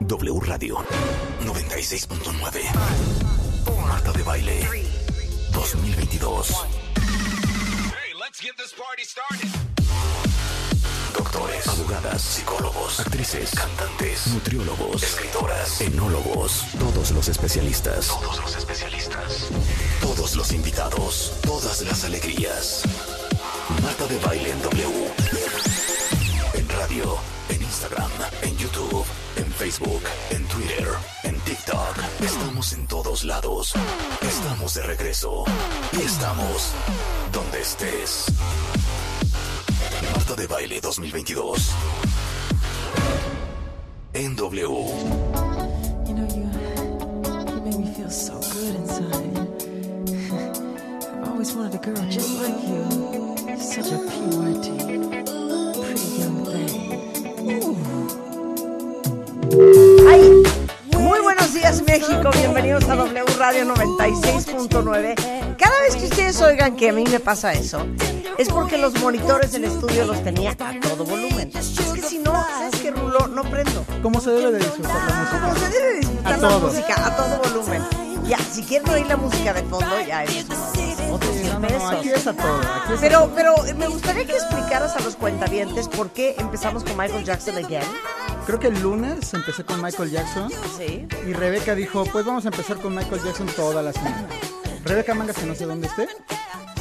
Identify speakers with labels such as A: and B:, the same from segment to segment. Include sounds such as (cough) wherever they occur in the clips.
A: W Radio 96.9 Marta de Baile 2022 Doctores, abogadas, psicólogos, actrices, cantantes, nutriólogos, escritoras, enólogos, todos los especialistas, todos los especialistas, todos los invitados, todas las alegrías. Marta de baile en W. En radio, en Instagram, en YouTube, en Facebook, en Twitter, en TikTok. Estamos en todos lados. Estamos de regreso. Y estamos donde estés. Marta de Baile 2022. En W.
B: You know, you, you make me feel so good inside. I've always wanted a girl just like you. You're such a PYT. Pretty young thing.
C: ¡Ay! Muy buenos días México, bienvenidos a W Radio 96.9. Cada vez que ustedes oigan que a mí me pasa eso, es porque los monitores del estudio los tenía a todo volumen. Es que si no, ¿sabes qué, Rulo? No prendo.
D: ¿Cómo se debe de disfrutar la
C: Como
D: música?
C: se debe disfrutar
D: A
C: la
D: todo.
C: música a todo volumen. Ya, si quieren oír la música de fondo, ya es otros 100
D: No,
C: Ah, pesos.
D: aquí es a todo. Aquí es
C: Pero, pero me gustaría que explicaras a los cuentavientes por qué empezamos con Michael Jackson again.
D: Creo que el lunes empecé con Michael Jackson
C: Sí.
D: y Rebeca dijo, pues vamos a empezar con Michael Jackson toda la semana. Rebeca Mangas, que no sé dónde esté,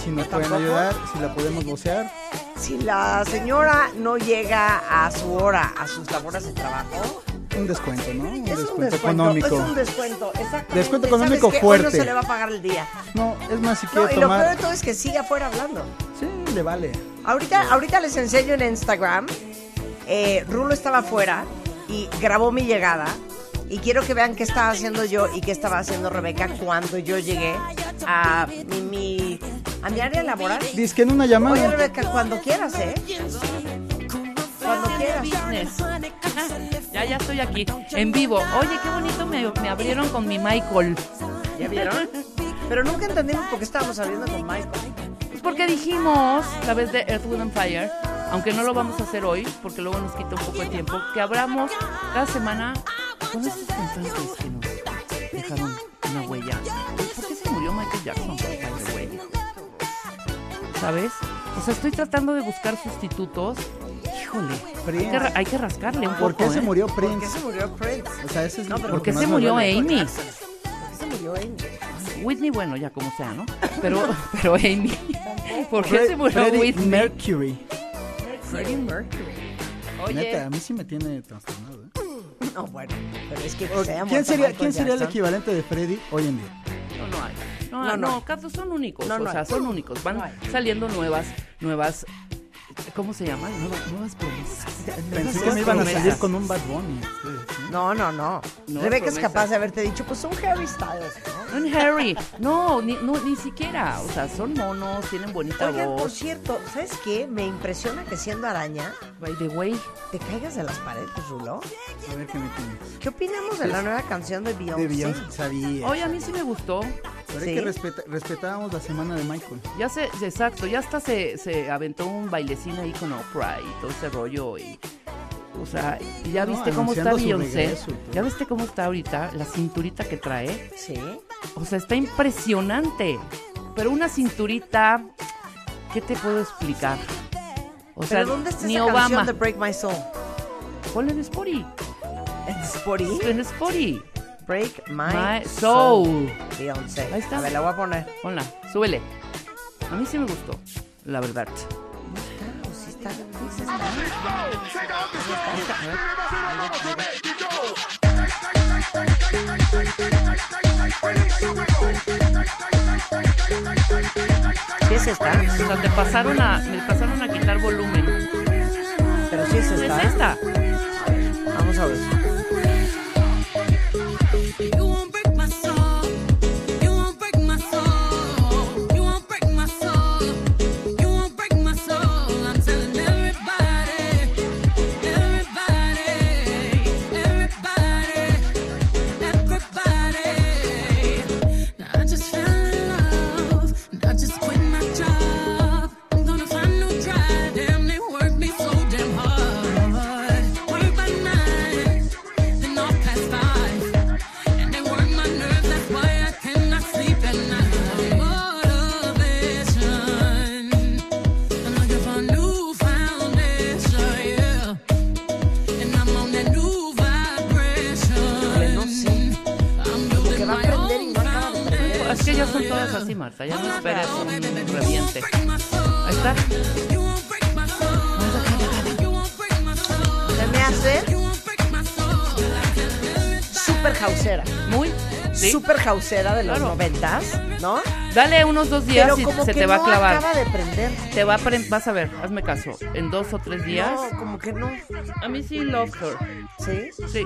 D: si nos pueden
C: Tampoco.
D: ayudar, si la podemos vocear.
C: Si la señora no llega a su hora, a sus labores de trabajo,
D: Un descuento, ¿no? Un
C: es
D: descuento,
C: un descuento.
D: económico.
C: Es un descuento, exactamente.
D: Descuento
C: ¿Sabes
D: económico
C: qué? Hoy
D: fuerte.
C: no se le va a pagar el día.
D: No, es más, si quiere
C: No, y lo peor de
D: tomar...
C: todo es que sigue afuera hablando.
D: Sí, le vale.
C: Ahorita, ahorita les enseño en Instagram. Eh, Rulo estaba afuera y grabó mi llegada. Y quiero que vean qué estaba haciendo yo y qué estaba haciendo Rebeca cuando yo llegué a mi, mi- a mi área laboral.
D: Dice que en una llamada...
C: Oye, Rebeca, cuando quieras, ¿eh? Cuando quieras.
E: Ya, ya estoy aquí, en vivo. Oye, qué bonito me, me abrieron con mi Michael.
C: ¿Ya vieron? Pero nunca entendimos por qué estábamos saliendo con Michael.
E: Pues porque dijimos, la vez de Earth, Wind and Fire, aunque no lo vamos a hacer hoy, porque luego nos quita un poco de tiempo, que abramos cada semana con estos cantantes que nos dejaron una huella. ¿Por qué se murió Michael Jackson? by the way? ¿Sabes? O sea, estoy tratando de buscar sustitutos. Híjole, hay que,
D: Prince.
E: ra- hay que rascarle un
D: ¿Por
E: poco.
D: qué se
E: ¿eh?
D: murió
C: ¿Por qué se
D: Prince?
C: murió Prince?
D: O sea, ese es
C: No, pero
D: lo
E: ¿Por
D: que
E: qué
D: más
E: se
D: me
E: murió
D: duele.
E: Amy?
C: ¿Por qué se murió Amy?
E: Whitney, bueno, ya como sea,
C: (laughs)
E: ¿no? Pero, pero Amy, ¿por qué se
D: Fre-
E: murió
D: Freddie
E: Whitney?
D: Mercury.
C: Freddie Mercury.
D: Neta,
E: Oye,
D: a mí sí me tiene trastornado. ¿eh?
C: (laughs) No, bueno, pero es que
D: O-
C: se haya
D: ¿Quién
C: muerto
D: sería,
C: Michael
D: ¿quién sería el
C: Jackson.
D: equivalente de Freddy hoy en día?
E: no, no hay. No,
C: No,
E: hay,
C: no.
E: no, casos son únicos,
C: No, no
E: o sea,
C: hay.
E: son únicos. Van
C: No hay.
E: saliendo nuevas, nuevas, ¿cómo se llaman? Nuevas, nuevas promesas.
D: Pensé
E: Nuevas
D: que me iban a
E: promesas.
D: salir con un Bad Bunny. ustedes, ¿eh?
C: No, no, no.
E: No,
C: Rebeca es
E: promesa.
C: capaz de haberte dicho, pues un Harry Styles, ¿no?
E: Un Harry. No, ni, no, ni siquiera. O sea, son monos, tienen bonita
C: Oigan, por
E: voz.
C: cierto, ¿sabes qué? Me impresiona que siendo araña
E: By the way,
C: te caigas de las paredes, Rulo.
D: A ver qué me tienes.
C: ¿Qué opinamos de la nueva canción de Beyoncé?
D: De Beyoncé, sabía.
E: oye, a mí sí me gustó.
D: Pero
C: sí.
D: es que respeta- respetábamos la semana de Michael.
E: Ya se, se- exacto, ya hasta se, se aventó un bailecín ahí con Oprah y todo ese rollo y o sea, y ya
D: No,
E: viste cómo está
D: anunciando su
E: Beyoncé,
D: regreso y todo.
E: ya viste cómo está ahorita la cinturita que trae,
C: Sí.
E: o sea, está impresionante, pero una cinturita, ¿qué te puedo explicar? O sea,
C: ¿Pero dónde está
E: ni
C: esa
E: Obama,
C: canción de Break My Soul?
E: ponle en Spotify,
C: ¿En Spotify?
E: en Spotify,
C: Break My,
E: My
C: Soul.
E: Soul.
C: Beyoncé.
E: Ahí está.
C: A ver, la voy a poner.
E: ponla, súbele, a mí sí me gustó, la verdad.
C: Claro, sí está. Sí es esta,
E: O sea, te pasaron a, me pasaron a quitar volumen.
C: pero sí es
E: Es
C: esta. ¿eh?
E: esta.
C: Vamos a ver.
F: You won't break my soul. You won't break my soul. You won't break my soul. You won't break my soul. I'm telling everybody, everybody, everybody, everybody. Now I just fell in
E: Es que ya son todas así, Marta. Ya
C: Ah,
E: no esperes un reviente. Ahí está.
C: Se me hace súper hausera.
E: Muy. ¿Sí?
C: Súper hausera de los
E: Claro.
C: noventas, ¿no?
E: Dale unos dos días
C: Pero
E: y
C: como
E: se
C: que
E: te va
C: no
E: a clavar.
C: acaba de prender.
E: Te va a prend- Vas a ver, hazme caso. En dos o tres días.
C: No, como que no.
E: A mí sí, love her.
C: ¿Sí?
E: Sí.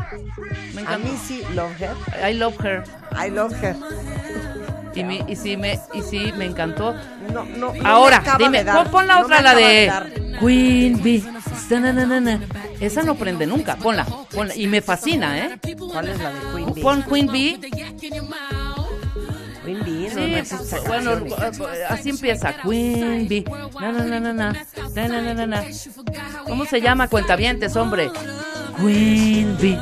E: Me
C: A mí
E: encanta.
C: sí, love her.
E: I love her.
C: I love her.
E: Y, mi- y sí, me, y sí, me encantó.
C: No, no, no me
E: Ahora,
C: acaba
E: dime,
C: de dar.
E: pon, pon la
C: No
E: otra,
C: me
E: la
C: acaba
E: de
C: dar.
E: Queen Bee. Sa- na- na- na- na. Esa no prende nunca, ponla, ponla. Y me fascina, ¿eh?
C: ¿Cuál es la de Queen Bee?
E: Pon Queen Bee.
C: Queen Bee, no, no
E: Sí,
C: existe esa
E: bueno,
C: canción.
E: eh, así empieza. Queen Bee. Na, na, na, na, na. Na, na, na, na, na. ¿Cómo se llama, cuentavientes, hombre? Queen Bee.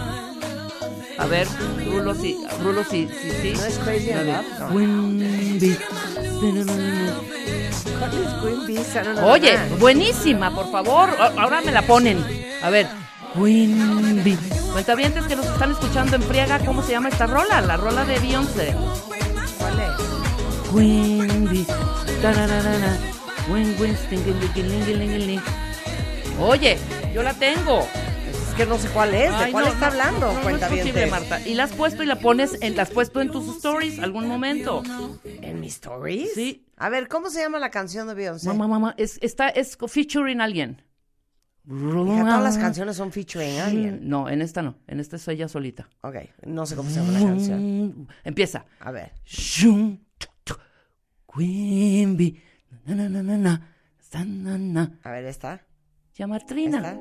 E: A ver, Rulo, sí, Rulo, sí, sí, sí.
C: No es Crazy in Love, no.
E: Queen Bee. Sa- na- na- na- na.
C: ¿Cuál es Queen Bee? Esa no, no, no,
E: Oye,
C: no.
E: buenísima, por favor. A- Ahora me la ponen. A ver. Windy. Cuentavientes que nos están escuchando en Priega, ¿cómo se llama esta rola? La rola de Beyoncé.
C: ¿Cuál es?
E: Windy. Tarararara. Win, win, stingilingilingilingiling. Oye, yo la tengo.
C: Es que no sé cuál es. ¿De
E: Ay,
C: cuál
E: no,
C: está
E: no,
C: hablando?
E: no, no es
C: cuenta
E: posible, Marta. Y la has puesto y la pones, en, la has puesto en tus stories algún momento.
C: ¿En mis stories?
E: Sí.
C: A ver, ¿cómo se llama la canción de Beyoncé?
E: Mamá, mamá, es, está, es featuring alguien.
C: Hija, todas las canciones son featuring alguien.
E: No, en esta no. En esta es ella solita.
C: Ok, no sé cómo se llama la canción.
E: Mm, Empieza.
C: A ver.
E: Shum, tu, tu, Queen Bee. Na, na, na, na, na. Sa, na, na.
C: A ver, ¿esta?
E: Llama a
C: ¿Esta?
E: Trina.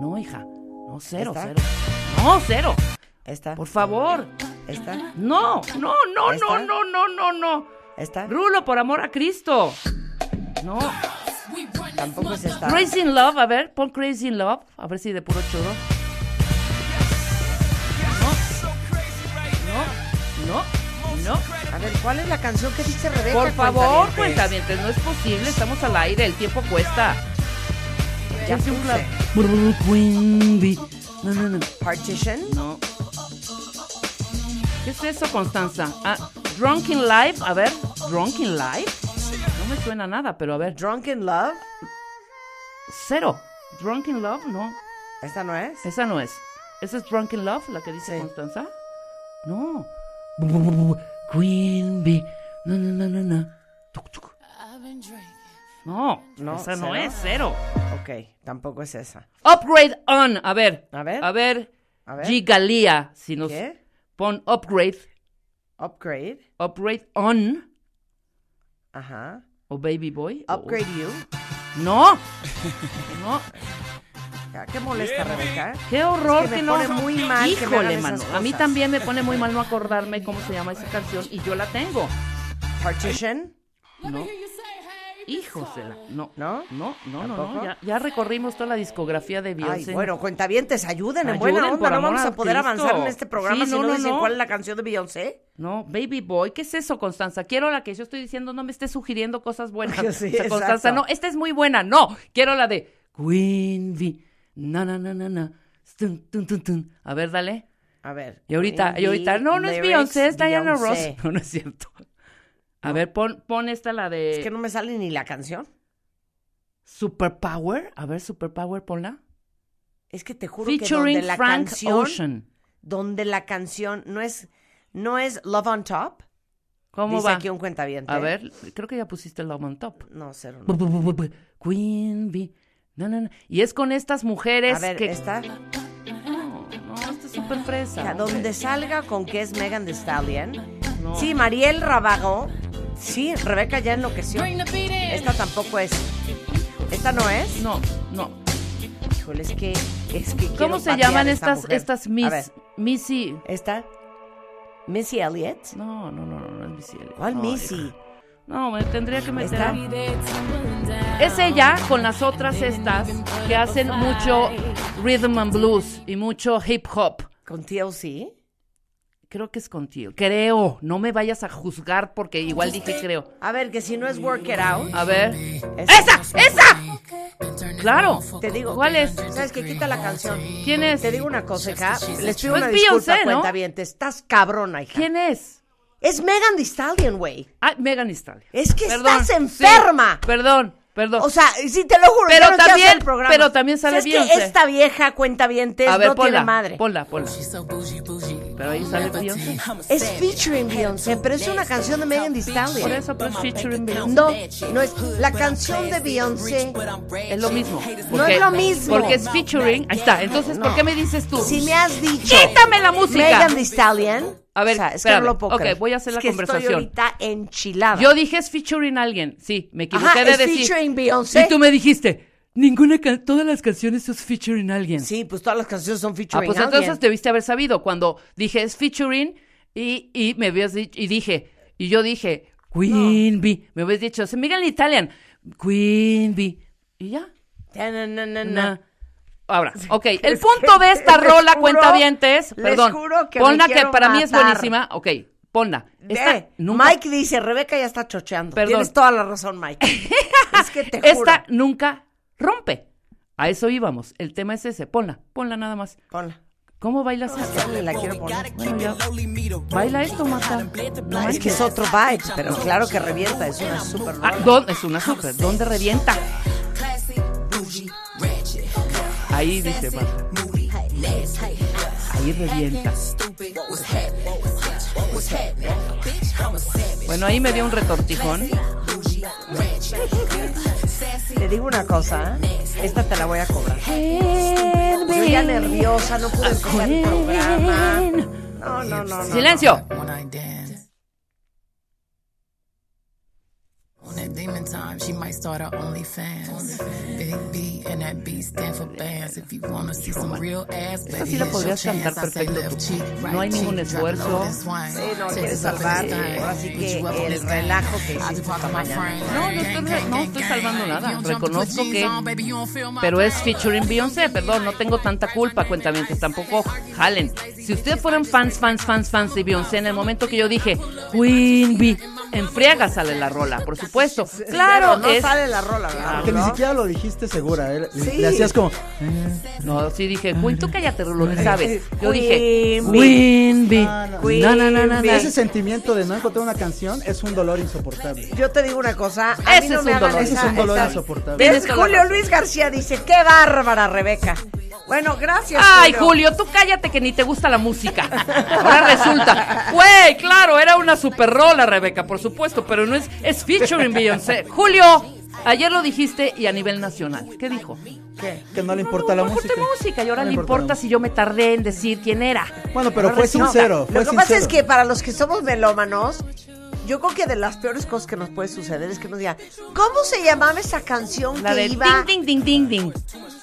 E: No, hija. No, cero,
C: ¿Esta?
E: cero. No, cero.
C: ¿Esta?
E: Por favor.
C: ¿Esta?
E: No, no, no, no,
C: ¿Esta?
E: no, no, no, no.
C: ¿Esta?
E: Rulo, por amor a Cristo. No.
C: Tampoco es esta.
E: Crazy in Love, a ver, pon Crazy in Love. A ver si de puro choro. No, no, no, no.
C: A ver, ¿cuál es la canción que dice Rebeca?
E: Por favor,
C: cuenta.
E: cuentavientes, no es posible, estamos al aire, el tiempo cuesta.
C: Ya
E: Es un
C: puse.
E: cla- Brr, brr, Queen Bee. No, no, no.
C: Partition.
E: No. ¿Qué es eso, Constanza? Ah, Drunk in Life, a ver, Drunk in Life. No me suena nada, pero a ver,
C: Drunken Love.
E: cero. Drunk in Love, no,
C: ¿Esta no es?
E: esa no es. ¿Esa es Drunk in Love, la que dice
C: Sí.
E: Constanza? No. Bu- bu- bu- bu- Queen Bee. No, no, no, no, no. Tuc, tuc. No,
C: No,
E: esa no
C: cero.
E: es, cero.
C: Ok, tampoco es esa.
E: Upgrade on. A ver.
C: A ver.
E: A ver.
C: A ver.
E: Gigalia. Si nos
C: ¿Qué?
E: pon upgrade.
C: Upgrade.
E: Upgrade on.
C: Ajá.
E: O baby boy. o-
C: Upgrade You.
E: No. No.
C: Ya, Qué molesta, Rebeca.
E: Qué horror
C: Es que me
E: no.
C: pone muy mal que me hagan
E: Híjole,
C: esas
E: mano. A
C: cosas.
E: mí también me pone muy mal no acordarme cómo se llama esa canción y yo la tengo.
C: Partition.
E: No. Hijos de la. No.
C: ¿No?
E: No, no, no,
C: ¿Tampoco?
E: no. Ya, ya recorrimos toda la discografía de
C: Ay,
E: Beyoncé.
C: bueno, cuentavientes, ayuden en
E: Ayuden,
C: buena
E: por
C: onda. No
E: amor
C: vamos a
E: a
C: poder
E: Cristo.
C: avanzar en este programa
E: Sí,
C: si no,
E: no, no,
C: dicen
E: no.
C: cuál es la canción de Beyoncé.
E: No, Baby Boy, ¿qué es eso, Constanza? Quiero la que yo estoy diciendo, no me estés sugiriendo cosas buenas.
C: (laughs) Sí,
E: O sea, Constanza,
C: exacto.
E: no, esta es muy buena, no, quiero la de Queen Bee. Na, na, na, na, na. Tun, tun, tun, tun. A ver, dale.
C: A ver.
E: Y ahorita, y ahorita, no, no es
C: Lyrics,
E: Beyoncé, es Diana
C: Beyoncé.
E: Ross. (laughs) No, no es cierto. A ver, pon, pon esta, la de
C: Es que no me sale ni la canción.
E: Superpower. A ver, Superpower, ponla.
C: Es que te juro que donde
E: Featuring
C: la
E: Frank
C: canción,
E: Ocean.
C: donde la canción no es, no es Love on Top.
E: ¿Cómo
C: dice
E: va?
C: aquí un cuentaviente.
E: A ver, creo que ya pusiste Love on Top.
C: No, cero. no.
E: Bu- bu- bu- bu- bu- Queen Bee. Na, na, na. Y Pues es con estas mujeres
C: A ver,
E: que.
C: esta.
E: No, no, esta es súper fresa.
C: Mira,
E: hombre.
C: donde salga con que es Megan Thee Stallion.
E: No.
C: Sí, Mariel Rabago. Sí, Rebeca ya enloqueció. Esta tampoco es. Esta no es.
E: No, no.
C: Híjole, es que, es que quiero
E: ¿Cómo se
C: patear
E: llaman
C: a esta
E: estas,
C: mujer.
E: estas
C: A
E: Miss?
C: ver,
E: Missy.
C: esta. Missy Elliott.
E: No, no, no, no, no es Missy. Elliott.
C: ¿Cuál
E: No,
C: Missy?
E: hija. No, me tendría que meter.
C: ¿Esta?
E: a- Es ella con las otras estas que hacen mucho rhythm and blues y mucho hip hop.
C: ¿Con TLC?
E: Creo que es contigo. Creo. No me vayas a juzgar porque igual dije creo.
C: A ver, que si no es Work It Out.
E: A ver.
C: es-
E: ¡Esa! ¡Esa! Claro.
C: Te digo.
E: ¿Cuál es?
C: ¿Sabes qué? Quita la canción.
E: ¿Quién es?
C: Te digo una cosa, hija. Les pido
E: No
C: una disculpa,
E: es Beyoncé, ¿no?
C: cuentavientes. Estás cabrona, hija.
E: ¿Quién es?
C: Es Megan Thee Stallion, güey.
E: Ah, Megan Thee Stallion.
C: Es que
E: Perdón,
C: estás
E: sí,
C: enferma.
E: perdón, perdón.
C: O sea, sí te lo juro,
E: Pero
C: yo no quiero hacer
E: también-
C: el programa.
E: pero también sale
C: ¿Sabes qué?
E: Beyoncé.
C: Esta vieja cuenta vientes
E: a ver,
C: no
E: ponla,
C: tiene madre.
E: ponla, ponla. Pero ahí sale Beyoncé.
C: Es featuring Beyoncé, pero es una canción de Megan Thee
E: Por
C: Stallion.
E: eso, pero es featuring Beyoncé.
C: No, no es la canción de Beyoncé.
E: Es lo mismo.
C: No es lo mismo.
E: Porque es featuring. Ahí está. Entonces, ¿por qué me dices tú?
C: Si me has dicho.
E: ¡Quítame la música!
C: Megan Thee Stallion.
E: A ver,
C: o sea, es que
E: espérame.
C: no lo puedo
E: Ok,
C: creer.
E: voy a hacer
C: Es
E: la
C: que Estoy
E: conversación.
C: ahorita enchilada.
E: Yo dije es featuring alguien. Sí, me equivoqué
C: Ajá,
E: de
C: es
E: decir.
C: featuring Beyoncé.
E: Y tú me dijiste, ninguna can- todas las canciones es featuring alguien.
C: Sí, pues todas las canciones son
E: Ah,
C: featuring.
E: pues
C: alguien.
E: entonces debiste haber sabido cuando dije es featuring y, y me habías dicho, y dije, y yo dije, Queen Bee. Me habías dicho, se Miguel Italian, Queen Bee. Y ya.
C: Ta, na, na, na, na.
E: Na. Ahora, ok, el punto de esta
C: les
E: rola,
C: juro-
E: cuenta dientes,
C: les
E: perdón,
C: juro que me
E: ponla que
C: quiero
E: para mí es
C: matar.
E: buenísima, ok, ponla. Esta
C: Eh,
E: nunca-
C: Mike dice, Rebeca ya está chocheando.
E: Perdón.
C: Tienes toda la razón,
E: (laughs)
C: Mike. es que te juro.
E: Esta nunca rompe. A eso íbamos. El tema es ese. Ponla, ponla nada más.
C: Ponla.
E: ¿Cómo bailas esto?
C: Dale, la quiero poner.
E: Bueno, ya. Baila esto, Marta. No
C: No, es
E: manches.
C: que es otro vibe, pero claro que revienta. Es una super
E: Ah,
C: rola.
E: ¿dó- Es una super. ¿Dónde revienta? Ahí dice Marta. Ahí revienta. Bueno, ahí me dio un retortijón.
C: Te digo una cosa, ¿eh? esta te la voy a cobrar. Yo ya nerviosa, no
E: Ah,
C: pude escuchar el programa. No, no, no, no.
E: Silencio.
G: When I dance. On that demon time, she might start her OnlyFans. Big B and that B stand for bands. If you wanna see some real ass,
E: Esta
G: baby,
E: sí la
G: here's your
E: podrías cantar
G: chance. I say
E: perfecto
G: left
E: tú.
G: cheek,
E: No
G: right
E: hay ningún
G: cheek, drop it
E: esfuerzo.
G: low, this wine.
C: Sí, no,
G: Take
C: quiere
G: this up in
C: salvar,
G: this thing.
C: eh, así
G: Put
C: que
G: you up
C: el
G: in this thing.
C: relajo que
G: I just
C: hiciste
G: walk
C: esta
G: on my
C: mañana.
G: frame.
E: No, no estoy re- no estoy salvando nada.
G: If you don't jump with
E: Reconozco
G: jeans
E: que-
G: on, baby, you don't feel my
E: Pero es
G: pain.
E: featuring Beyoncé, perdón, no tengo tanta culpa, cuentamientos, tampoco jalen. Si ustedes fueran fans, fans, fans, fans de Beyoncé, en el momento que yo dije, Queen Bee, en friega sale la rola, por supuesto. Claro,
C: no
E: es...
C: sale la rola, ¿verdad?
D: Que ni
C: Ah, ¿No?
D: siquiera lo dijiste segura. ¿eh? Le-
C: Sí.
D: Le hacías como.
E: No, sí dije, Queen, tú cállate, Rulo, ni sabes. Yo
C: Queen
E: dije,
C: Bee.
E: Queen Bee.
C: Queen
E: No, no, no, no, no.
C: Bee.
D: Ese sentimiento de no encontrar una canción es un dolor insoportable.
C: Yo te digo una cosa, a
E: Ese
C: mí no
E: es
C: me
E: un
C: hagan
E: dolor.
D: Ese es
C: esa-
D: un dolor
C: esa-
D: insoportable.
C: ¿Ves?
E: Tienes toda la
C: Julio
E: razón.
C: Luis García dice, qué bárbara, Rebeca. Bueno, gracias.
E: Ay, Julio, tú cállate que ni te gusta la música. Ahora resulta. Güey, claro, era una super rola, Rebeca, por supuesto, pero no es, es featuring Beyoncé. Julio, ayer lo dijiste y a nivel nacional. ¿Qué dijo?
D: ¿Qué? Que no le importa la
E: no
D: música.
E: importa música y ahora
D: No
E: le
D: la
E: importa si yo me tardé en decir quién era.
D: Bueno, pero fue
C: No,
D: sincero.
C: Lo
D: fue
C: que pasa
D: sincero.
C: es que para los que somos melómanos, yo creo que de las peores cosas que nos puede suceder es que nos digan, ¿cómo se llamaba esa canción
E: La
C: que
E: de
C: iba?
E: ding, ding, ding, ding, ding.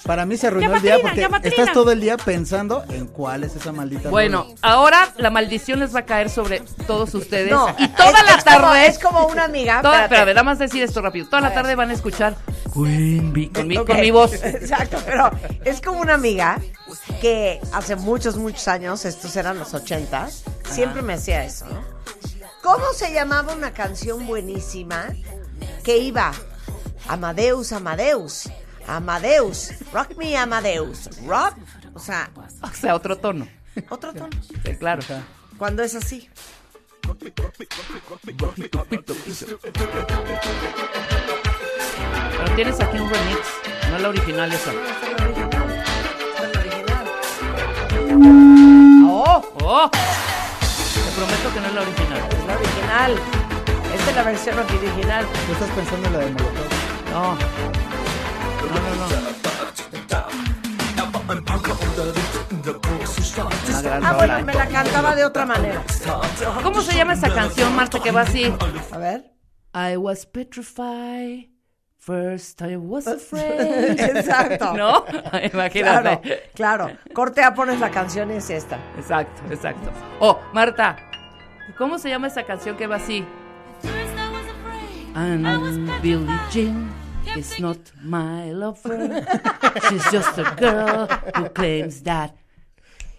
D: Para mí se arruinó
E: Ya
D: el día
E: Matrina, ya
D: porque
E: Matrina.
D: estás todo el día pensando en cuál es esa maldita.
E: Bueno,
D: rola.
E: ahora la maldición les va a caer sobre todos ustedes.
C: No,
E: y toda
C: es-
E: la
C: es como-
E: tarde.
C: es como una amiga.
E: Toda,
C: espérate.
E: espérame, nada más decir esto rápido. Toda la tarde van a escuchar Queen Bee con mi, con
C: Ok.
E: mi voz.
C: Exacto, pero es como una amiga que hace muchos, muchos años, estos eran los ochentas, siempre me hacía eso, ¿no? ¿Cómo se llamaba una canción buenísima que iba Amadeus, Amadeus, Amadeus, Rock Me Amadeus, Rock, o sea,
E: O sea, otro tono.
C: otro tono,
E: Sí, claro.
C: cuando es así.
E: Pero tienes aquí un remix, no la original esa.
C: ¡Oh!
E: ¡Oh! Te prometo que no es la original.
C: Es la original. Esta es la versión original.
D: Tú estás pensando en la de Molotov.
E: No. No, no, no. Una gran
C: Ah, bueno,
E: rola.
C: me la cantaba de otra manera.
E: ¿Cómo se llama esa canción, Marta, que va así?
C: A ver.
E: I was petrified. First
C: (laughs)
E: I was afraid.
C: Exacto.
E: ¿No? (laughs) Imagínate.
C: Claro, claro. Cortea, pones la canción y es esta.
E: Exacto, exacto. Oh, Marta, ¿cómo se llama esa canción que va así? And Billie Jean is not my lover. She's just a girl who claims that.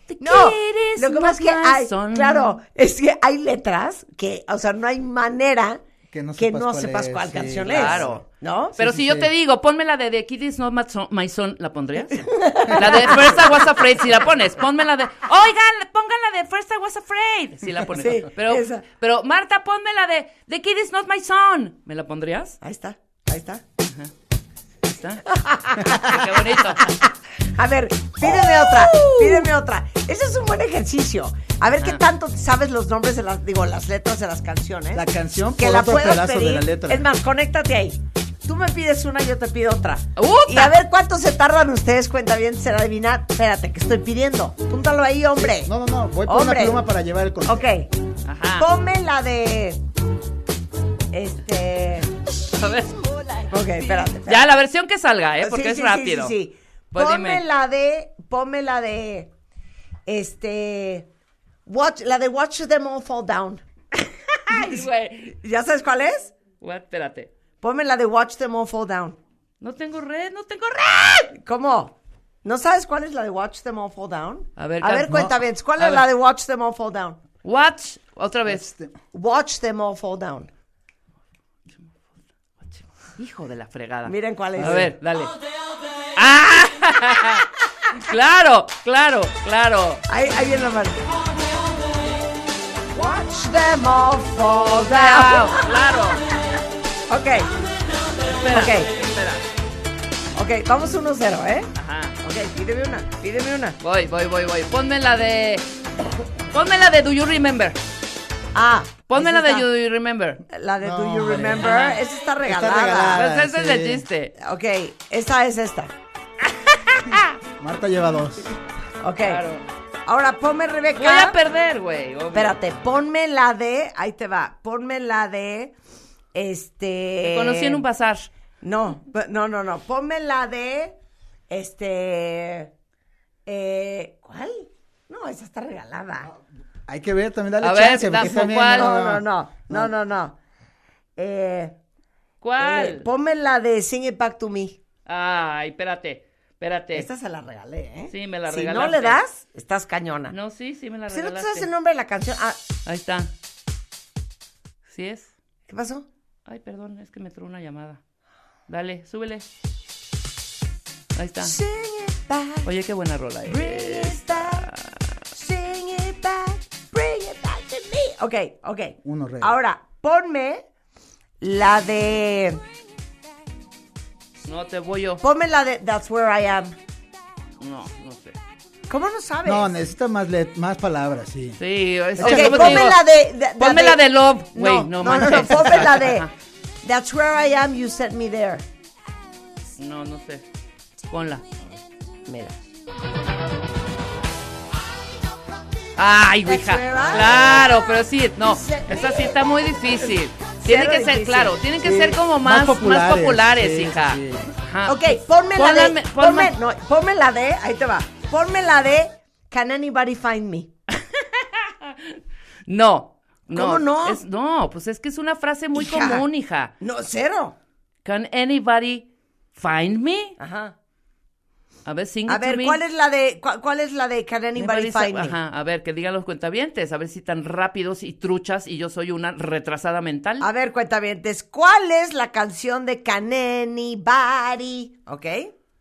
E: the
C: No,
E: kid is
C: lo que
E: not
C: pasa es que
E: my
C: hay,
E: son.
C: claro, es que hay letras que, o sea, no hay manera
D: que no
C: que
D: sepas
C: no
D: cuál
C: sepas
D: es,
C: cuál
D: sí.
C: canción es.
E: Claro.
C: ¿No?
E: Pero
D: sí,
E: si yo
D: sí.
E: te digo, ponme la de The Kid Is Not My Son, My Son, ¿la (laughs) pondrías? la de First I Was Afraid, si la pones. Ponme la de, oigan, pongan la de First I Was Afraid, si la pones.
C: Sí,
E: pero,
C: esa.
E: pero Marta, ponme la de The Kid Is Not My Son. ¿Me la pondrías?
C: Ahí está, ahí está.
E: Ahí (laughs) está. Qué bonito.
C: A ver, pídeme otra, pídeme otra. Ese es un buen ejercicio. A ver qué
D: Ah.
C: tanto te sabes los nombres de las, digo, las letras de las canciones.
D: La canción
C: que
D: por
C: la
D: otro
C: puedas
D: pedazo de
C: pedir.
D: la letra.
C: Es más, conéctate ahí. Tú me pides una, yo te pido otra.
E: ¡Uta!
C: Y a ver cuánto se tardan ustedes, cuenta bien, se la adivinar. Espérate, que estoy pidiendo. Púntalo ahí, hombre.
D: No, no, no, voy por
C: Hombre.
D: una pluma para llevar el control.
C: Ok,
E: Ajá.
C: ponme la de. Este.
E: A ver,
C: Ok, espérate. espérate.
E: Ya, la versión que salga, ¿eh? Porque
C: Sí,
E: es
C: sí, sí,
E: rápido.
C: Sí, sí,
E: Pues
C: ponme
E: dime.
C: la de, ponme la de, este, watch, la de Watch Them All Fall Down.
E: Ay, güey.
C: ¿Ya sabes cuál es?
E: Güey, Espérate.
C: Ponme la de Watch Them All Fall Down.
E: No tengo red, no tengo red.
C: ¿Cómo? ¿No sabes cuál es la de Watch Them All Fall Down?
E: A ver,
C: a
E: Kat,
C: ver,
E: no.
C: cuenta bien. ¿Cuál
E: A
C: es la
E: ver.
C: de Watch Them All Fall Down?
E: Watch, otra vez.
C: Este. Watch Them All Fall Down.
E: Hijo de la fregada.
C: Miren cuál es.
E: A ver, dale. ¡Ah! (laughs) claro, claro, claro.
C: Ahí, ahí viene la mano. Watch Them All Fall
E: Claro,
C: Down.
E: claro.
C: Ok,
E: Espera,
C: Ok.
E: espera.
C: ok, vamos 1-0, ¿eh?
E: Ajá.
C: Ok, pídeme una, pídeme una.
E: Voy, voy, voy, voy. Ponme la de. Ponme la de Do You Remember.
C: Ah,
E: Ponme la
C: esa
E: de
C: está-
E: Do You Remember.
C: La de Do
D: No,
C: You
D: hombre.
C: Remember. Esa está regalada.
D: regalada. Ah,
E: Pues ese es el
D: sí.
E: chiste.
C: Ok, esa es esta.
D: Marta lleva dos.
C: Ok.
E: Claro.
C: Ahora ponme
E: Voy a
C: Rebeca.
E: perder, güey. obvio.
C: Espérate, ponme la de. Ahí te va. Ponme la de. Este.
E: Te conocí en un bazar.
C: No, pe- no, no, no. Ponme la de. Este. Eh, ¿Cuál? No, esa está regalada.
D: Hay que ver, también dale
E: A ver,
D: chance, porque
E: damos
D: también
E: cuál.
C: No, no, no. No, no, no. Eh, eh,
E: ¿Cuál?
C: ponme la de Sing It Back to Me.
E: Ay, espérate, espérate.
C: Esta se la regalé, ¿eh?
E: Sí, me la
C: si no
E: regalaste.
C: le das, estás cañona.
E: No, sí, sí me la
C: si no te
E: regalaste.
C: sabes el nombre de la canción. Ah,
E: Ahí está. ¿Sí es?
C: ¿qué pasó?
E: Ay, perdón, es que me entró una llamada. Dale, súbele. Ahí está.
C: Sing it back,
E: Oye, qué buena rola
C: bring
E: es.
C: it back, sing it back, bring it back to me. Ok, ok.
D: Uno, Rebe.
C: Ahora, ponme la de.
E: No te voy yo.
C: Ponme la de That's Where I Am.
E: No, no sé.
C: ¿Cómo no sabes?
D: No, necesita más, let- más palabras, sí.
E: Sí, es
C: Ok,
E: que ¿cómo te
C: ponme
E: digo?
C: la de. de-
E: Ponme la de Love, güey, no
C: no, no,
E: manches.
C: no, ponme la de. That's where I am, you sent me there.
E: No, no sé. Ponla.
C: Mira.
E: Ay, hija.
C: That's right.
E: Claro, pero sí, no.
C: Cero.
E: Esa sí está muy difícil. Tiene
C: Cero
E: que ser,
C: difícil.
E: claro, tienen que
D: Sí,
E: ser como
D: más
E: más, más populares,
D: populares, sí,
E: hija.
D: sí.
E: Ajá.
C: Ok, ponme la de.
E: Ah. Pónganme-
C: Ponme,
E: ponme-
C: no, ponme la de. Ahí te va. Ponme la de. Can anybody find me?
E: No. No,
C: ¿Cómo no?
E: Es- no, pues es que es una frase muy
C: Hija.
E: común, hija.
C: No, cero.
E: Can anybody find me?
C: Ajá.
E: A ver, sing
C: A
E: it to
C: ver,
E: me.
C: ¿cuál es la de. cua- ¿Cuál es la de Can anybody
E: Anybody
C: find
E: sa-
C: me?
E: Ajá, a ver, que digan los cuentavientes, a ver si tan rápidos y truchas y yo soy una retrasada mental.
C: A ver, cuentavientes. ¿Cuál es la canción de Can anybody? ¿Ok?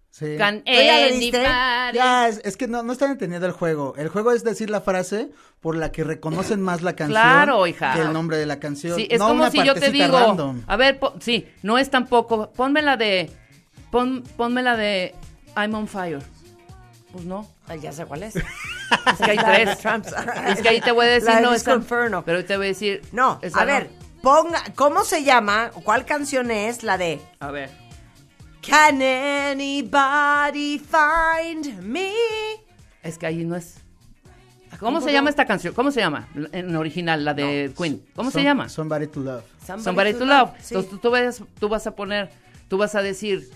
D: Sí.
E: Can
C: ¿Tú ya le diste?
E: anybody-
D: Ya, es, es que no, no están entendiendo el juego. El juego es decir la frase por la que reconocen más la canción
E: Claro, hija.
D: que el nombre de la canción.
E: Sí, es
D: no
E: como
D: una
E: si yo te
D: partecita
E: digo,
D: random.
E: a ver, po- sí, no es tampoco, ponme la de, pon, ponme la de I'm on fire. Pues no,
C: Ay, ya sé cuál es.
E: es que
C: (laughs)
E: hay
C: La de
E: tres.
C: Tramps.
E: Es que ahí te voy a
C: (laughs)
E: decir,
C: La de
E: no,
C: Disco
E: esa-
C: Inferno.
E: Pero te voy a decir,
C: No,
E: (laughs) esa
C: a ver. Ponga, ¿cómo se llama? ¿Cuál canción es la de
E: a ver.
C: Can anybody find me?
E: Es que ahí no es.
C: Pues
E: ¿Cómo se llama esta canción? ¿Cómo se llama? En original, la de Queen. ¿Cómo se
D: Some-
E: llama?
D: Somebody to Love.
E: Somebody to Love.
C: Sí.
E: Entonces tú, tú vas, tú vas a poner, tú vas a decir.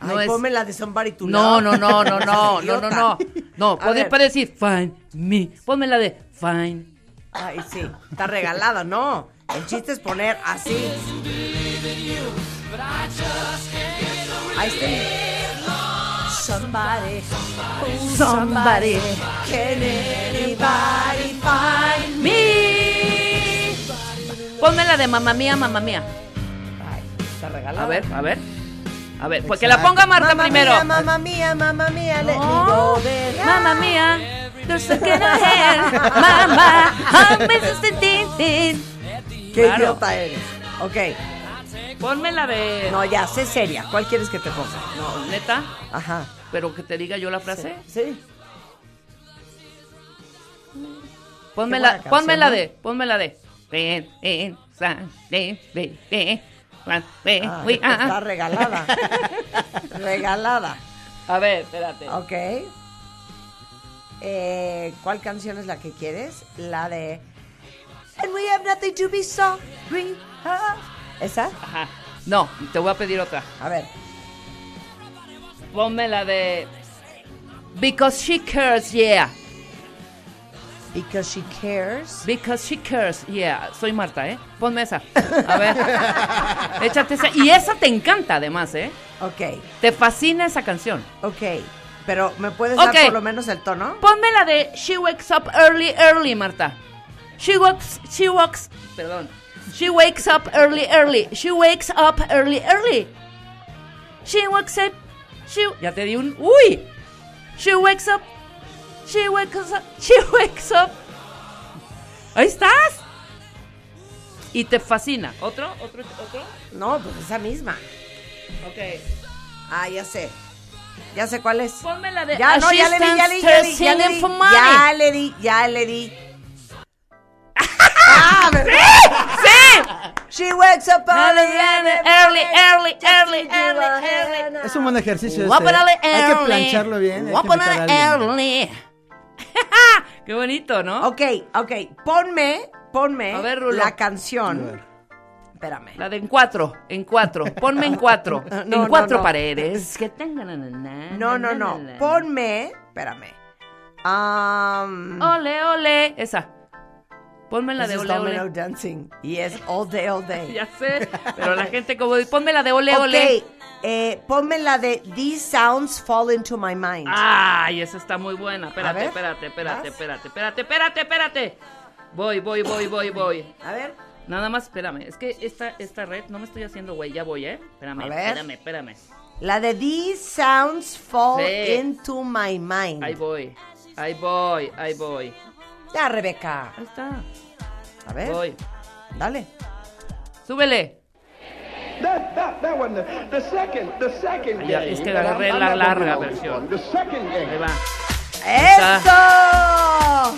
C: Ay, ponme la de Somebody to
E: No,
C: Love.
E: no, no,
C: (laughs)
E: no, no, no, no, no. No,
C: A ver.
E: puede, puede decir find me. Ponme la de find.
C: Ay, sí, está regalada, no. El chiste es poner así. Ahí está. Somebody, somebody, can anybody find
E: Me. Ponme la de mamá mía, mamá mía.
C: Ay, está regalada.
E: A ver, a ver. A ver, pues que la ponga Marta
C: Mamma
E: primero.
C: mía, mamá mía, mamá mía, let me
E: No.
C: go there.
E: Mamma mía, there's a kid
C: (laughs)
E: ahead. (laughs) Mamá, Oh, I'm Mrs. Tin, Tin.
C: Qué
E: Claro.
C: idiota eres. Ok,
E: Ponme la de.
C: no, ya, sé seria. ¿Cuál quieres que te ponga?
E: No, neta,
C: Ajá.
E: pero que te diga yo la frase.
C: Sí.
E: Ponme
C: Qué
E: la,
C: buena
E: ponme
C: canción,
E: la
C: ¿no?
E: de, ponme la de. Ven, ven, san, ven, ven, ven, san, ven,
C: Ah,
E: uy, ah,
C: está
E: ah. (laughs)
C: regalada. regalada.
E: A ver, espérate.
C: Ok. Eh, ¿Cuál canción es la que quieres? La de And we have nothing to be sorry.
E: Ah.
C: of. ¿Esa?
E: Ajá. No, te voy a pedir otra.
C: A ver.
E: Ponme la de Because she cares, yeah.
C: Because she cares.
E: Because she cares, yeah. Soy Marta, ¿eh? Ponme esa. A
C: (laughs)
E: ver. Échate esa. Y esa te encanta, además, ¿eh?
C: Ok,
E: Te fascina esa canción.
C: ok. Pero ¿me puedes
E: Ok.
C: dar por lo menos el tono?
E: Ponme la de She wakes up early, early, Marta. She wakes, she wakes, perdón. She wakes up early, early. She wakes up early, early. She wakes up, she... Ya te di un... ¡Uy! She wakes up, she wakes up, (laughs) she wakes up. Ahí estás. Y te fascina. ¿Otro? ¿Otro? ¿Otro?
C: No, pues esa misma.
E: Ok.
C: Ah, ya sé. Ya sé cuál es.
E: Ponme la de...
C: Ya,
E: As
C: no,
E: she
C: ya le di, ya le di, ya
E: stands
C: le di,
E: there
C: ya le
E: singing
C: di.
E: for money.
C: Ya le di, ya le
E: (laughs)
C: di. ¡Ah, verdad!
E: ¡Sí!
C: She wakes up early,
E: Early, early, early, early, early.
D: Es un buen ejercicio este.
E: Guaparale
D: Hay que
E: early.
D: plancharlo bien. hay que
E: Guaparale
D: imitar a alguien.
E: early. (laughs) Qué bonito, ¿no?
C: Ok, ok. Ponme, ponme
E: A ver, Rulo.
C: la
D: A ver.
C: canción. Espérame.
E: La de en cuatro, en cuatro. Ponme en cuatro.
C: (laughs) No,
E: en
C: no,
E: cuatro
C: no.
E: paredes. Que tengan na, na, na,
C: No,
E: na,
C: no, no.
E: na, na.
C: Ponme, espérame. Um,
E: Ole, ole. Esa. Ponme la de
C: this is
E: ole,
C: Domino
E: ole.
C: Dancing. Yes, all day, all day.
E: (laughs) Ya sé. Pero la gente como dice, ponme la de ole, ole.
C: ok, eh, ponme la de These Sounds Fall Into My Mind.
E: Ah. Ay, esa está muy buena.
C: A
E: Espérate,
C: ver,
E: espérate, espérate,
C: ¿vas?
E: espérate, espérate, espérate, espérate. Voy, voy, voy, voy, voy.
C: A ver.
E: Nada más, espérame. Es que esta, esta red no me estoy haciendo, güey. Ya voy, ¿eh? Espérame,
C: A ver.
E: espérame, espérame.
C: La de These Sounds Fall
E: Sí.
C: Into My Mind.
E: Ahí voy. Ahí voy, ahí voy.
C: Ya, Rebeca.
E: Ahí está.
C: A ver,
E: Voy.
C: dale.
E: Súbele.
H: That, that, that one, the, the second, the second
E: Ay, ya,
H: game.
E: es que
H: And I'm-
E: agarré
H: I'm
E: la
H: not gonna
E: larga
H: win all this
E: versión.
H: one. The second game.
E: Ahí va.
C: ¡Eso!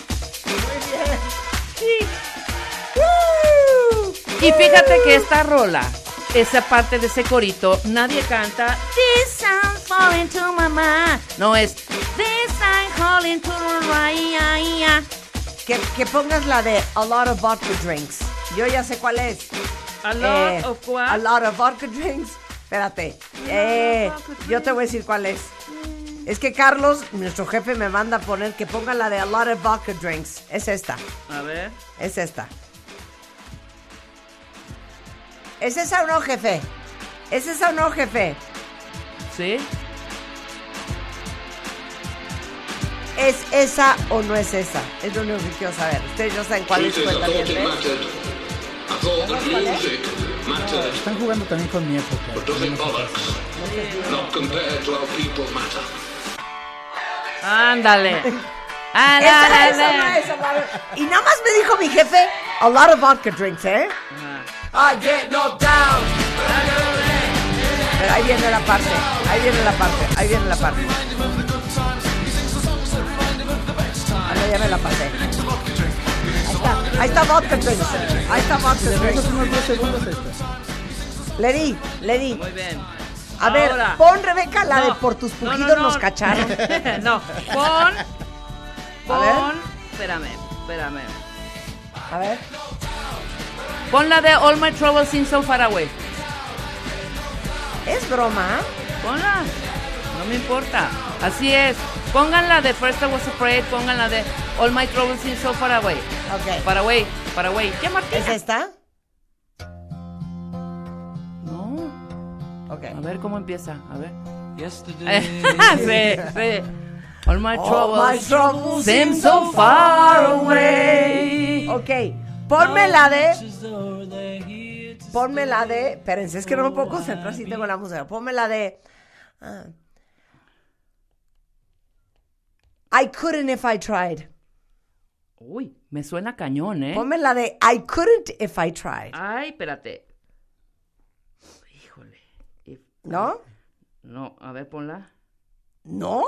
C: ¡Woo!
E: Y fíjate que esta rola, esa parte de ese corito, nadie canta. This sound falling to my mind. No es. This sound falling to my mind.
C: Que, que pongas la de A Lot of Vodka Drinks. Yo ya sé cuál es.
E: A lot
C: Eh,
E: of
C: A
E: what?
C: Lot of Vodka Drinks. Espérate. Eh, yo te voy a decir cuál es. Es que Carlos, nuestro jefe, me manda a poner que ponga la de A Lot of Vodka Drinks. Es esta.
E: A ver.
C: Es esta. ¿Es esa o no, jefe? ¿Es esa o no, jefe?
E: ¿Sí?
C: ¿Es esa o no es esa? Es lo único que quiero saber. Ustedes no saben cuál es cuenta
D: Están jugando también con mi época.
E: (laughs) Ándale. Ah, la,
C: Esa,
E: la,
C: esa,
E: la.
C: no, esa, no. Y nada más me dijo mi jefe, a lot of vodka drinks, ¿eh? I get knocked down. Pero ahí viene la parte, ahí viene la parte, ahí viene la parte. Ah, no, ya me la pasé. Ahí está, ahí está vodka drinks. ¿eh? Ahí está vodka
D: Esos
C: drinks.
D: unos 10 segundos esta.
C: Le di, le di.
E: Muy bien.
C: A ver,
E: Ahora.
C: pon Rebeca la de
E: No,
C: por tus
E: no, no,
C: pujidos
E: no.
C: nos cacharon.
E: (laughs) no, pon.
C: A ver.
E: Pon. Espérame, espérame.
C: A ver.
E: Pon la de All My Troubles Seem So Far Away.
C: Es broma. ¿eh?
E: Ponla. No me importa. Así es. Pongan la de First I Was Afraid. Pongan la de All My Troubles Seem So Far Away.
C: Ok.
E: Far Away, Far Away. ¿Qué Martina?
C: ¿Es esta?
E: No.
C: Ok.
E: A ver cómo empieza. A ver. Yesterday. sí, sí. (laughs) All My
C: All Oh, my
E: Troubles
C: troubles
E: Seem So Far Away.
C: Ok, Ponme la de. Ponme la de. Espérense, es que no me
E: Oh,
C: puedo concentrar si tengo la música. Ponme la de. ah. I couldn't if I tried.
E: Uy, me suena cañón, ¿eh?
C: Ponme la de I couldn't if I tried.
E: Ay, espérate. Híjole. If-
C: ¿No?
E: No, a ver, ponla.
C: ¿No?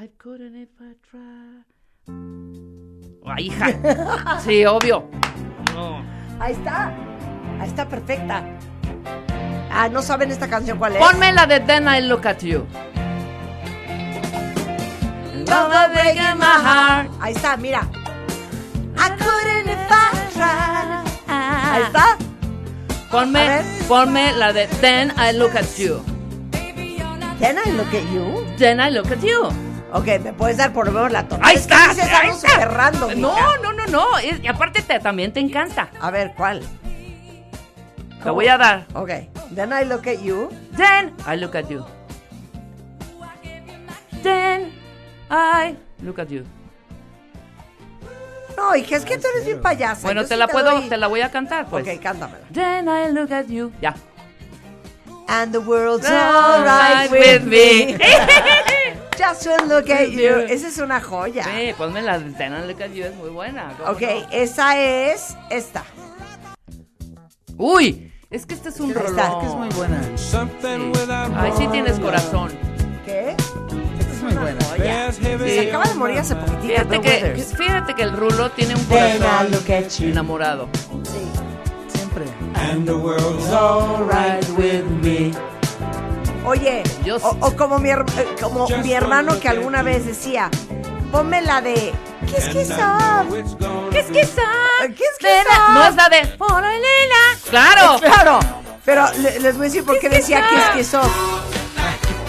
E: I couldn't if I tried. ¡Ay, (laughs) hija! Sí, obvio. No.
C: Ahí está. Ahí está perfecta. Ah, no saben esta canción cuál es.
E: Ponme la de Then I Look at You. Love a break in my heart.
C: Ahí está, mira. I couldn't if I tried. Ahí está. A
E: Ponme,
C: ver.
E: ponme la de Then I Look at You.
C: Then I look at you.
E: Then I Look at You.
C: Ok, me puedes dar por lo menos la torta.
E: Ahí
C: Es que
E: está.
C: dices
E: ahí
C: algo
E: está.
C: súper random, mija.
E: No, no, no, no. Es- y aparte te- también te encanta.
C: A ver, ¿cuál?
E: Te voy a dar.
C: Ok. Then I look at you.
E: Then I look at you. Then I look at you.
C: No, hija, es que tú eres bien payasa.
E: Bueno,
C: Yo
E: te
C: sí
E: la puedo,
C: doy-
E: te la voy a cantar, pues.
C: Ok, cántamela.
E: Then I look at you. Ya.
C: And the world's alright with me. Just one look at you. Esa es una joya.
E: Sí, ponme la de Then I look at you, es muy buena. ¿cómo
C: Ok,
E: no?
C: esa es esta.
E: Uy, es que este es un
C: Ahí está,
E: rolón.
C: es que
D: Es muy buena.
E: Sí. Ay, sí tienes corazón.
C: ¿Qué?
D: Esta es muy buena.
E: Oye,
C: Se acaba de morir hace poquitito.
E: Fíjate
C: Bill
E: que,
C: Withers.
E: fíjate que el rulo tiene un
C: Then I
E: corazón
C: look at you.
E: enamorado.
C: Sí.
D: Siempre.
C: Oye,
E: Yo
C: o, o como mi, her- eh, como mi hermano que alguna vez decía, ponme la de ¿Qué es que son?
E: ¿Qué es que son?
C: ¿Qué es que
E: Then I-
C: son?
E: No es la de Por Elena. Claro,
C: Claro, pero le- les voy a decir por qué decía ¿Qué es que son?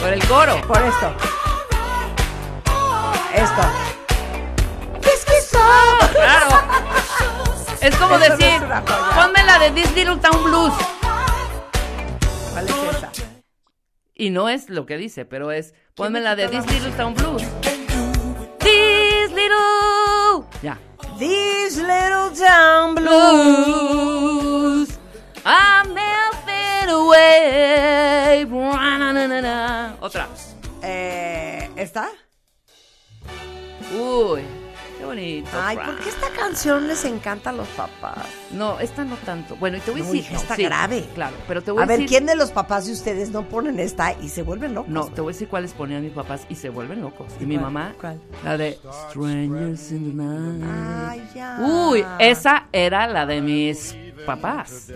E: por el coro.
C: Por esto. Esto. ¿Qué es que son?
E: Claro. Es como
C: Eso no
E: decir,
C: es una joya.
E: ponme la de This Little Town Blues.
C: ¿Cuál es esa?
E: Y no es lo que dice, pero es, ponme la de This Little Town Blues. This Little. Ya.
C: This little town
E: Blues. I'm melting away. Ra-na-na-na-na. Otra.
C: Eh, ¿Esta?
E: Uy, qué bonito.
C: Ay,
E: Fran.
C: ¿por qué esta canción les encanta a los papás?
E: No, esta no tanto. Bueno, y te voy a
C: No,
E: decir.
C: hija,
E: no,
C: está
E: sí,
C: grave.
E: Claro, pero te voy a,
C: A ver,
E: decir.
C: ¿quién de los papás de ustedes no ponen esta y se vuelven locos?
E: No,
C: güey?
E: te voy a decir cuáles ponían mis papás y se vuelven locos. Y, mi
C: cuál?
E: mamá.
C: ¿Cuál?
E: La de Strangers in the Night.
C: Ay, ya.
E: Uy, esa era la de mis papás.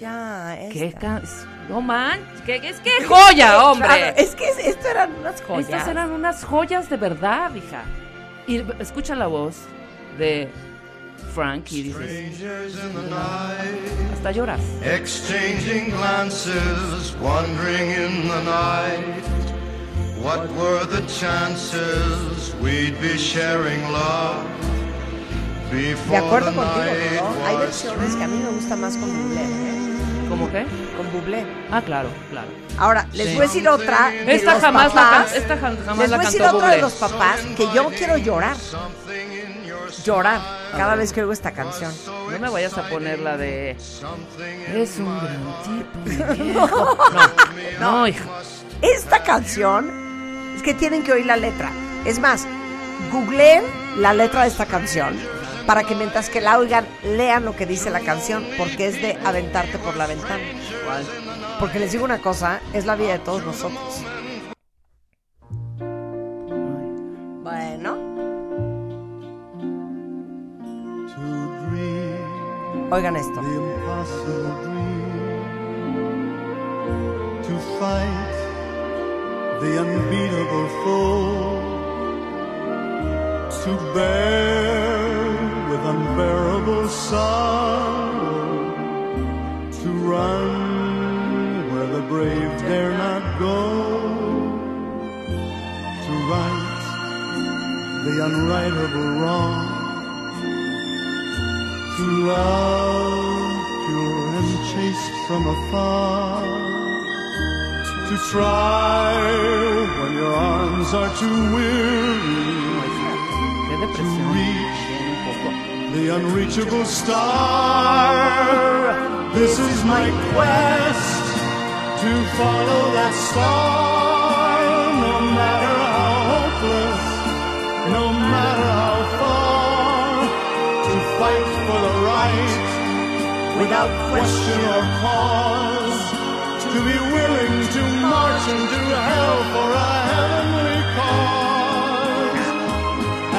C: Ya, esta.
E: ¿Qué can... No man, ¿qué,
C: (laughs)
E: es que joya, hombre.
C: Claro, Ah, es que es- esto eran unas joyas.
E: Estas eran unas joyas de verdad, hija. Y b- escucha la voz de Frank y dices, hasta lloras.
I: Exchanging glances, wandering in the night. What were the chances we'd be sharing love?
C: De
I: Before
C: acuerdo
I: the night
C: contigo, ¿no? Hay
I: was
C: versiones que a mí me gusta más con bublé, ¿eh?
E: ¿Cómo qué?
C: Con bublé.
E: Ah, claro, claro.
C: Ahora, les voy a decir otra. de
E: Esta
C: los
E: jamás, la,
C: papás.
E: can- esta jam- jamás
C: Les
E: la
C: voy a decir
E: cantó
C: otra de
E: Bublé.
C: los papás que yo quiero llorar. Llorar cada vez que oigo esta canción.
E: No me vayas a poner la de... Es un gran (laughs) tipo. viejo". No, no, hija.
C: Esta canción es que tienen que oír la letra. Es más, googleen la letra de esta canción para que mientras que la oigan lean lo que dice la canción porque es de aventarte por la ventana. Porque les digo una cosa, es la vida de todos nosotros. Bueno,
I: to dream
C: oigan esto.
I: the impossible dream. To fight the unbeatable foe. To bear with unbearable sorrow. To run where the brave dare not go. To right the unrightable wrong to love pure and chaste from afar, to try when your arms are too weary,
E: Qué
I: to
E: depresión.
I: reach
E: Tiene un poco.
I: the unreachable star. This is my quest to follow that star, no matter how hopeless, no matter how far, to fight for the right without question or cause, to be willing to march into hell for a heavenly cause.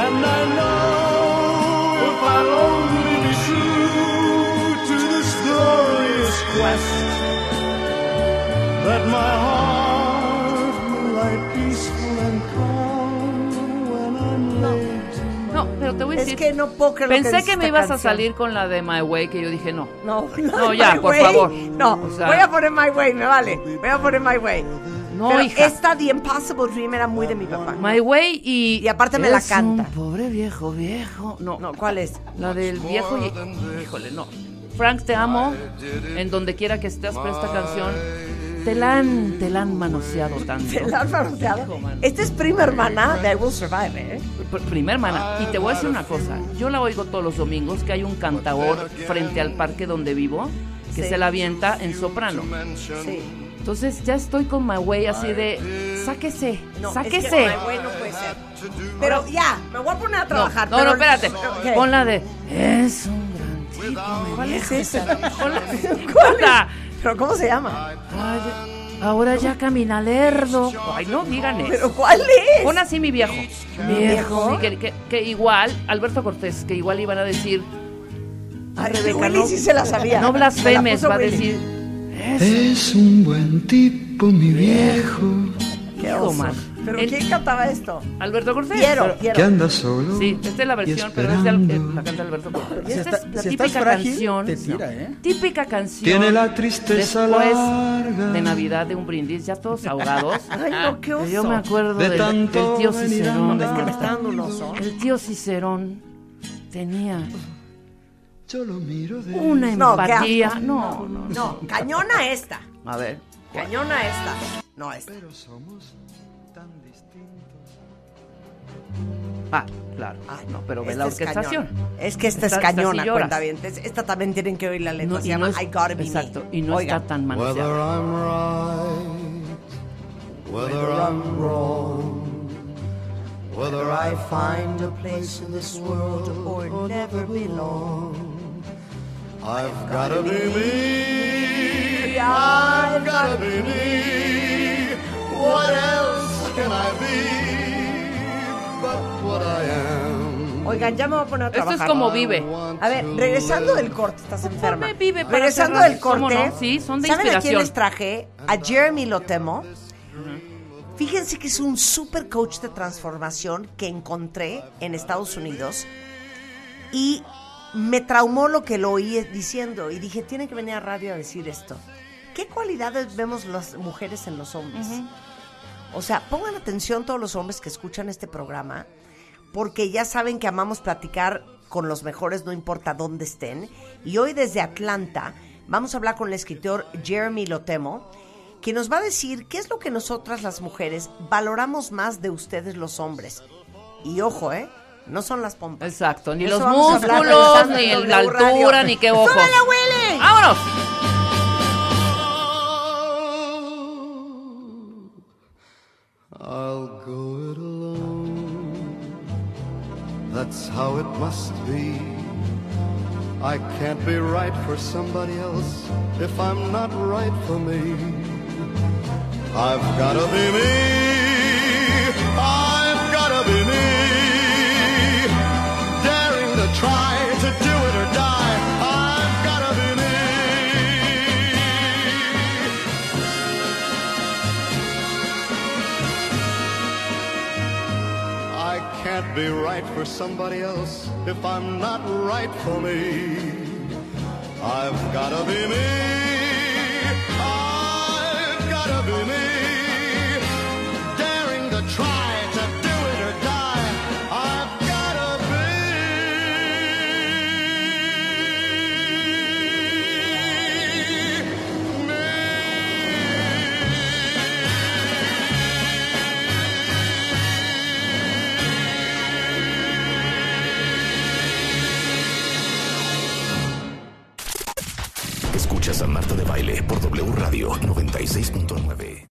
I: And I know if I'll only be true to this glorious quest, that my heart will lie peaceful and calm when I'm laid to
E: No, pero te voy a
C: Es
E: decir.
C: que no puedo creer lo
E: Pensé
C: dice
E: que me
C: esta
E: ibas a
C: canción.
E: salir con la de My Way, que yo dije no.
C: No,
E: No, ya,
C: My
E: por
C: Way.
E: favor.
C: No,
E: O sea-
C: voy a poner My Way, me vale. Voy a poner My Way.
E: No,
C: Pero
E: hija.
C: esta The Impossible Dream era muy de mi papá.
E: My Way y.
C: Y aparte me la
E: Es
C: canta.
E: un pobre viejo, viejo. No,
C: No, ¿cuál es? (laughs)
E: La del viejo y... Híjole, no. Frank, te amo en donde quiera que estés, pero esta canción te la han, te la han manoseado tanto.
C: El alma bronceada. Esta es prima hermana de I Will Survive, ¿eh?
E: Pr- Primer hermana, y te voy a decir una cosa. Yo la oigo todos los domingos que hay un cantador frente al parque donde vivo que
C: Sí.
E: se la avienta en soprano.
C: Sí.
E: Entonces ya estoy con my way así de sáquese,
C: No, es
E: sáquese.
C: que My Way no puede ser. Pero ya, me voy a poner a
E: No,
C: trabajar.
E: no, no,
C: pero-
E: espérate.
C: Ok.
E: Pon la de es un gran tipo.
C: ¿Cuál es esa?
E: Pon la-
C: ¿Cuál
E: pon la-
C: es? ¿Pero cómo se llama?
E: Ay, ahora ya camina lerdo. Ay, no digan eso.
C: ¿Pero cuál es?
E: Pon así mi viejo.
C: viejo?
E: Sí, que, que- que igual, Alberto Cortés, que igual iban a decir. a
C: Ay,
E: Rebeca,
C: Willy
E: no,
C: sí se la sabía.
E: no
C: Me la
E: blasfemes,
C: puso
E: va a
C: Willy.
E: decir.
I: Es un buen tipo, mi viejo,
C: Qué
E: hijo,
C: oso.
E: man.
C: ¿Pero
E: El-
C: quién cantaba esto?
E: Alberto Cortés.
C: Quiero,
E: Pero-
I: que
C: quiero.
I: anda solo.
E: Sí, esta es la versión, pero es de Al- eh, la canta Alberto Cortés. Y
D: Si
E: esta
D: está-
E: es la
D: si estás
E: típica
D: frágil,
E: canción.
D: te tira, ¿eh?
E: Típica canción.
I: Tiene la tristeza
E: después
I: larga.
E: de Navidad de un brindis, ya todos
C: (laughs)
E: ahogados.
C: Ay, no, qué
E: Pero Yo
C: oso.
E: me acuerdo
I: De
E: del,
I: tanto
E: del tío
I: venir
E: Cicerón.
I: andando.
C: Es que me está dando un oso.
E: El tío Cicerón tenía
I: Yo lo miro de
E: una
C: No, qué
E: empatía. No, no, no.
C: No, cañona esta.
E: A ver.
C: Cañona esta. No, esta.
I: Pero somos tan distintos.
E: Ah, claro.
C: Ay,
E: no, pero ve
C: esta
E: la
C: es cañón.
E: orquestación.
C: Es que esta
E: Esta-
C: es
E: esta sí
C: cañona,
E: lloras.
C: cuenta bien. Esta también tienen que oír la letra.
E: No,
C: se
E: y
C: llama
E: no es-
C: I Gotta Be
E: exacto,
C: Me.
E: y no
C: Oigan,
E: está tan
I: Whether
E: manoseado.
I: I'm right, whether I'm wrong, whether I find a place in this world or never belong, I've gotta be me. I've gotta be me. What else can I be but what I am?
C: Oigan, ya me voy a poner a
E: Esto
C: trabajar.
E: es como vive.
C: A ver, regresando del corte, estás enferma.
E: me vive para
C: regresando
E: cerrar?
C: del
E: ¿Cómo
C: corte.
E: no? Sí, son de
C: ¿Saben a quién
E: inspiración.
C: les traje? A Jeremy Lotemo. Fíjense que es un super coach de transformación que encontré en Estados Unidos y me traumó lo que lo oí diciendo y dije, tiene que venir a radio a decir esto. ¿Qué cualidades vemos las mujeres en los hombres? O sea, pongan atención todos los hombres que escuchan este programa, porque ya saben que amamos platicar con los mejores, no importa dónde estén. Y hoy desde Atlanta vamos a hablar con el escritor Jeremy Lotemo, que nos va a decir qué es lo que nosotras las mujeres valoramos más de ustedes los hombres. Y ojo, ¿eh? No son las pompas.
E: Exacto, ni
C: Eso
E: los
C: vamos a hablar
E: músculos,
C: regresando
E: ni
C: en
E: la
C: W Radio.
E: altura, ni qué ojos.
C: ¡Súbele, Willy!
E: ¡Vámonos!
I: I'll go it alone. That's how it must be. I can't be right for somebody else if I'm not right for me. I've gotta be me. I've gotta be me. Daring to try to do it or die. I've gotta be me. I can't be right for somebody else if I'm not right for me. I've gotta be me. I've gotta be me. Daring to try to do it or die. I've gotta be. me.
A: Escuchas a Marta de Baile por W Radio 96.9.